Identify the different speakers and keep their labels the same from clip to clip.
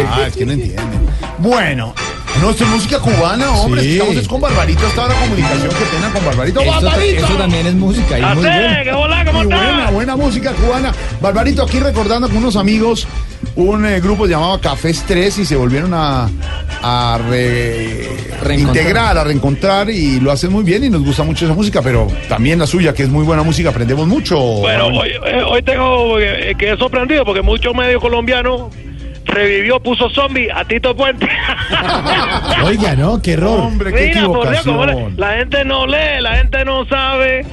Speaker 1: Ah, es que no entienden.
Speaker 2: Bueno, no es música cubana, hombre.
Speaker 1: Sí.
Speaker 2: Estamos es con Barbarito hasta ahora comunicación que tengan con Barbarito. ¡Barbarito!
Speaker 1: Eso también es música. Y es muy
Speaker 3: ¡Ate!
Speaker 1: bueno.
Speaker 3: ¡Qué hola! ¿Cómo
Speaker 2: Y buena,
Speaker 3: estás?
Speaker 2: buena música cubana. Barbarito aquí recordando con unos amigos un eh, grupo llamado Cafés 3 y se volvieron a, a re- reintegrar, a reencontrar y lo hacen muy bien y nos gusta mucho esa música, pero también la suya que es muy buena música, aprendemos mucho.
Speaker 3: Bueno, hoy, eh, hoy tengo eh, que he sorprendido porque muchos medios colombianos revivió, puso zombie a Tito Puente.
Speaker 1: Oiga, no, qué error.
Speaker 2: Hombre, qué
Speaker 3: Mira, por Dios, como la,
Speaker 2: equivocación.
Speaker 3: la gente no lee, la gente no sabe.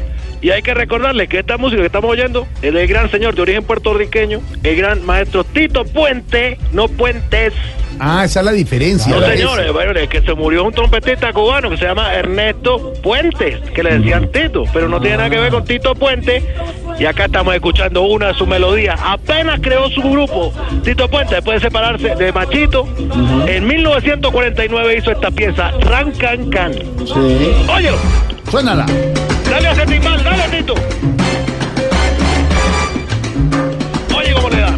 Speaker 3: Y hay que recordarles que esta música que estamos oyendo es del gran señor de origen puertorriqueño, el gran maestro Tito Puente, no Puentes.
Speaker 2: Ah, esa es la diferencia.
Speaker 3: No,
Speaker 2: la de-
Speaker 3: señores, bueno, es que se murió un trompetista cubano que se llama Ernesto Puentes, que le decían Tito, pero no tiene nada que ver con Tito Puente. Y acá estamos escuchando una de sus melodías. Apenas creó su grupo, Tito Puente, después de separarse de Machito, en 1949 hizo esta pieza, Ran Can Can. Óyelo,
Speaker 2: Suénala.
Speaker 3: dale a ese timbal, dale, Tito. Oye, cómo le da.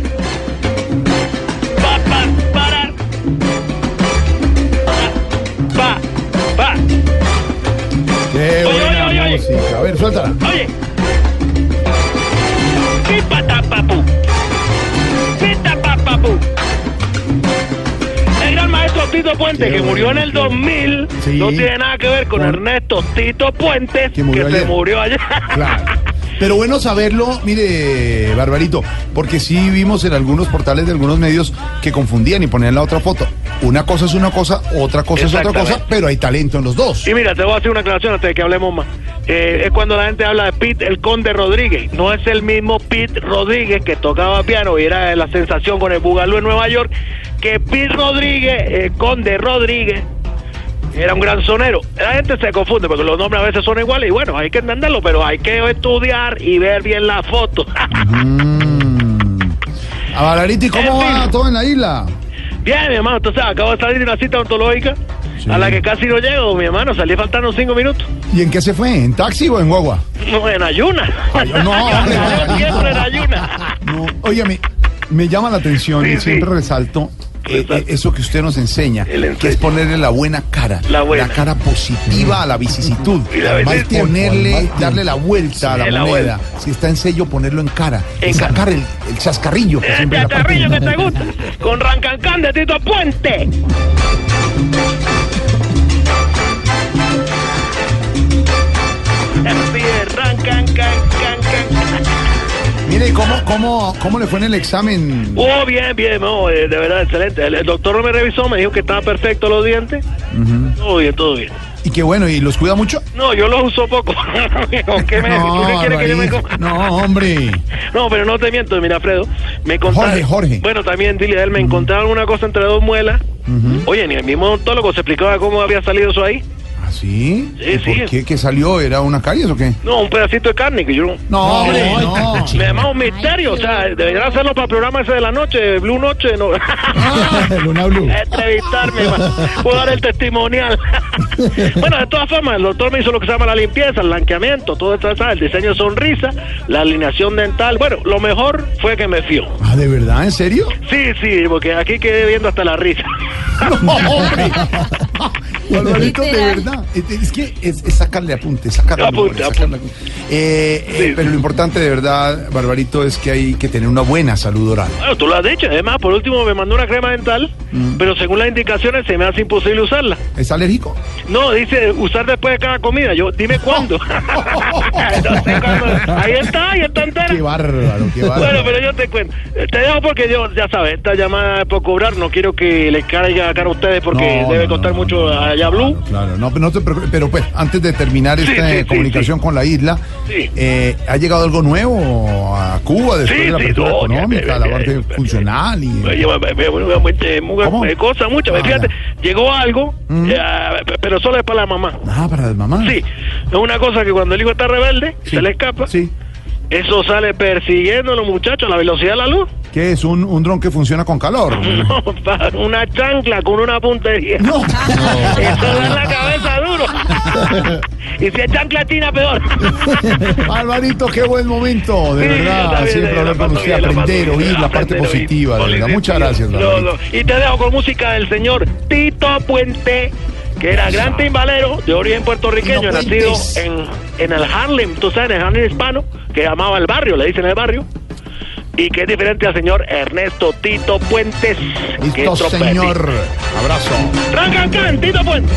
Speaker 3: Pa, pa, para. Pa, pa, pa.
Speaker 2: Qué
Speaker 3: Oye,
Speaker 2: buena
Speaker 3: oye, oye, oye.
Speaker 2: música. A ver, suéltala.
Speaker 3: Oye. Pipa tapapu. Pita papapu. El gran maestro Tito Puente,
Speaker 2: Qué
Speaker 3: que murió en
Speaker 2: bueno,
Speaker 3: el
Speaker 2: qué
Speaker 3: 2000,
Speaker 2: Sí.
Speaker 3: no tiene nada que ver con
Speaker 2: Bueno.
Speaker 3: Ernesto Tito Puentes,
Speaker 2: Que
Speaker 3: que,
Speaker 2: murió
Speaker 3: se
Speaker 2: ayer.
Speaker 3: murió allá.
Speaker 2: Claro. Pero bueno saberlo, mire, Barbarito, porque sí vimos en algunos portales de algunos medios que confundían y ponían la otra foto. Una cosa es una cosa, otra cosa es otra cosa,
Speaker 3: Exactamente.
Speaker 2: pero hay talento en los dos.
Speaker 3: Y mira, te voy a hacer una aclaración antes de que hablemos más. Eh, es cuando la gente habla de Pete, el conde Rodríguez. No es el mismo Pete Rodríguez que tocaba piano y era la sensación con el Bugalú en Nueva York, que Pete Rodríguez, eh, conde Rodríguez, era un gran sonero. La gente se confunde porque los nombres a veces son iguales y bueno, hay que entenderlo, pero hay que estudiar y ver bien la foto.
Speaker 2: Mm. A Barbarito, ¿y cómo
Speaker 3: En
Speaker 2: va
Speaker 3: fin.
Speaker 2: todo en la isla?
Speaker 3: Bien, mi hermano, entonces acabo de salir de una cita ontológica
Speaker 2: Sí.
Speaker 3: a la que casi no llego, mi hermano. Salí faltando cinco minutos.
Speaker 2: ¿Y en qué se fue? ¿En taxi o en guagua?
Speaker 3: No, en ayuna.
Speaker 2: no, hombre.
Speaker 3: Yo siempre en ayuna.
Speaker 2: No, oye, me, me llama la atención
Speaker 3: Sí,
Speaker 2: y
Speaker 3: sí. Pues
Speaker 2: siempre resalto eh,
Speaker 3: Resalto.
Speaker 2: eh, eso que usted nos enseña,
Speaker 3: Él enseña.
Speaker 2: que es ponerle la buena cara,
Speaker 3: La buena.
Speaker 2: cara positiva a la vicisitud,
Speaker 3: Y la
Speaker 2: Mal
Speaker 3: vicisitud.
Speaker 2: ponerle,
Speaker 1: Al mal tiempo.
Speaker 2: darle la vuelta a
Speaker 3: Sí,
Speaker 2: la
Speaker 3: la
Speaker 2: moneda,
Speaker 3: vuelta.
Speaker 2: si está en sello ponerlo en cara,
Speaker 3: En
Speaker 2: y
Speaker 3: cara.
Speaker 2: sacar el, el chascarrillo. que
Speaker 3: El
Speaker 2: siempre le
Speaker 3: chatarrillo Este que
Speaker 2: aparta.
Speaker 3: te gusta. Con Rancancán de Tito Puente. Así es, Rancancán, can, can.
Speaker 2: Mire, ¿cómo, cómo, ¿cómo le fue en el examen?
Speaker 3: Oh, bien, bien, no, eh, de verdad, excelente. El, el doctor me revisó, me dijo que estaba perfecto los dientes. Todo bien, todo bien.
Speaker 2: Y que bueno, ¿y los cuida mucho?
Speaker 3: No, yo los uso poco. ¿Con qué me ¿Tú qué quieres que yo me
Speaker 2: Barbarito,
Speaker 3: coma?
Speaker 2: no, hombre.
Speaker 3: No, pero no te miento, mira, Alfredo. Me contaron.
Speaker 2: Jorge, Jorge.
Speaker 3: Bueno, también, dile a él, me encontraron una cosa entre dos muelas. Oye, ni el mismo odontólogo se explicaba cómo había salido eso ahí.
Speaker 2: ¿Ah, sí?
Speaker 3: Sí,
Speaker 2: ¿Y
Speaker 3: sí.
Speaker 2: ¿Por qué que salió? ¿Era una caries o qué?
Speaker 3: No, un pedacito de carne que yo no.
Speaker 2: No, hombre,
Speaker 1: ay,
Speaker 2: no.
Speaker 3: Me llamaba un misterio, o sea, deberían hacerlo para el programa ese de la noche, Blue Noche, no.
Speaker 1: Luna Blue.
Speaker 3: entrevistarme, man. Voy a dar el testimonial. bueno, de todas formas, el doctor me hizo lo que se llama la limpieza, el blanqueamiento, todo esto, ¿sabes? el diseño de sonrisa, la alineación dental. Bueno, lo mejor fue que me fió.
Speaker 2: Ah, ¿de verdad? ¿En serio?
Speaker 3: Sí, sí, porque aquí quedé viendo hasta la risa.
Speaker 2: No,
Speaker 4: Oh,
Speaker 2: hombre. Barbarito, de
Speaker 5: Literal.
Speaker 2: verdad. Es, es que es, es sacarle apunte, sacarle
Speaker 3: Apunte,
Speaker 2: memoria, sacarle apunte. Eh, eh,
Speaker 3: Sí.
Speaker 2: Pero lo importante de verdad, Barbarito, es que hay que tener una buena salud oral.
Speaker 3: Bueno, tú lo has dicho. Además, por último, me mandó una crema dental,
Speaker 2: Mm.
Speaker 3: pero según las indicaciones se me hace imposible usarla.
Speaker 2: ¿Es alérgico?
Speaker 3: No, dice usar después de cada comida. Yo, dime cuándo. Entonces, cuando- Ahí está, ahí está entera.
Speaker 2: Qué bárbaro, qué bárbaro.
Speaker 3: Bueno, pero yo te cuento. Eh, Te dejo porque yo, ya sabes, esta llamada es por cobrar. No quiero que le caiga a cara a ustedes porque
Speaker 2: No,
Speaker 3: debe
Speaker 2: no,
Speaker 3: costar
Speaker 2: no,
Speaker 3: mucho
Speaker 2: no, Ah, no.
Speaker 3: a Playa Blue.
Speaker 2: Claro, no, pero no te preocupes, pero pues antes de terminar
Speaker 3: Sí,
Speaker 2: esta
Speaker 3: sí,
Speaker 2: eh,
Speaker 3: sí,
Speaker 2: comunicación
Speaker 3: sí.
Speaker 2: con la isla,
Speaker 3: Sí.
Speaker 2: eh, ¿ha llegado algo nuevo a Cuba después
Speaker 3: Sí,
Speaker 2: de la
Speaker 3: sí,
Speaker 2: apertura
Speaker 3: no,
Speaker 2: económica,
Speaker 3: que-
Speaker 2: la
Speaker 3: que-
Speaker 2: parte
Speaker 3: que-
Speaker 2: funcional? y
Speaker 3: Oye, me- me- me- me- me-
Speaker 2: ¿Cómo?
Speaker 3: me- Cosas muchas,
Speaker 2: Ah,
Speaker 3: fíjate, llegó algo,
Speaker 2: Mm.
Speaker 3: eh, pero solo es para la mamá.
Speaker 2: Ah, para las mamás.
Speaker 3: Sí, es una cosa que cuando el hijo está rebelde,
Speaker 2: Sí.
Speaker 3: se le escapa,
Speaker 2: Sí.
Speaker 3: eso sale persiguiendo a los muchachos a la velocidad de la luz.
Speaker 2: ¿Qué es? ¿Un, un dron que funciona con calor?
Speaker 3: No, pa- una chancla con una puntería.
Speaker 2: No.
Speaker 3: Eso da en la cabeza duro. y si es chancla china, peor.
Speaker 2: Alvarito, qué buen momento, de
Speaker 3: Sí,
Speaker 2: verdad,
Speaker 3: está bien,
Speaker 2: siempre
Speaker 3: la
Speaker 2: hablar con
Speaker 3: paso
Speaker 2: usted,
Speaker 3: bien,
Speaker 2: aprender,
Speaker 3: la paso bien,
Speaker 2: oír la parte
Speaker 3: aprender, oír.
Speaker 2: positiva, de verdad.
Speaker 3: Oír,
Speaker 2: Muchas
Speaker 3: sí.
Speaker 2: gracias,
Speaker 3: No,
Speaker 2: Alvarito.
Speaker 3: no. Y te dejo con música del señor Tito Puente, que era gran timbalero de origen puertorriqueño,
Speaker 2: Tino
Speaker 3: nacido
Speaker 2: Puentes.
Speaker 3: en, en el Harlem, tú sabes, en el Harlem hispano, que llamaba el barrio, le dicen el barrio. Y que es diferente al señor Ernesto Tito Puentes. que es
Speaker 2: Listo,
Speaker 3: trompetista.
Speaker 2: señor. Abrazo.
Speaker 3: Ran, can, can, Tito Puente.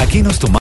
Speaker 5: Aquí nos tomamos.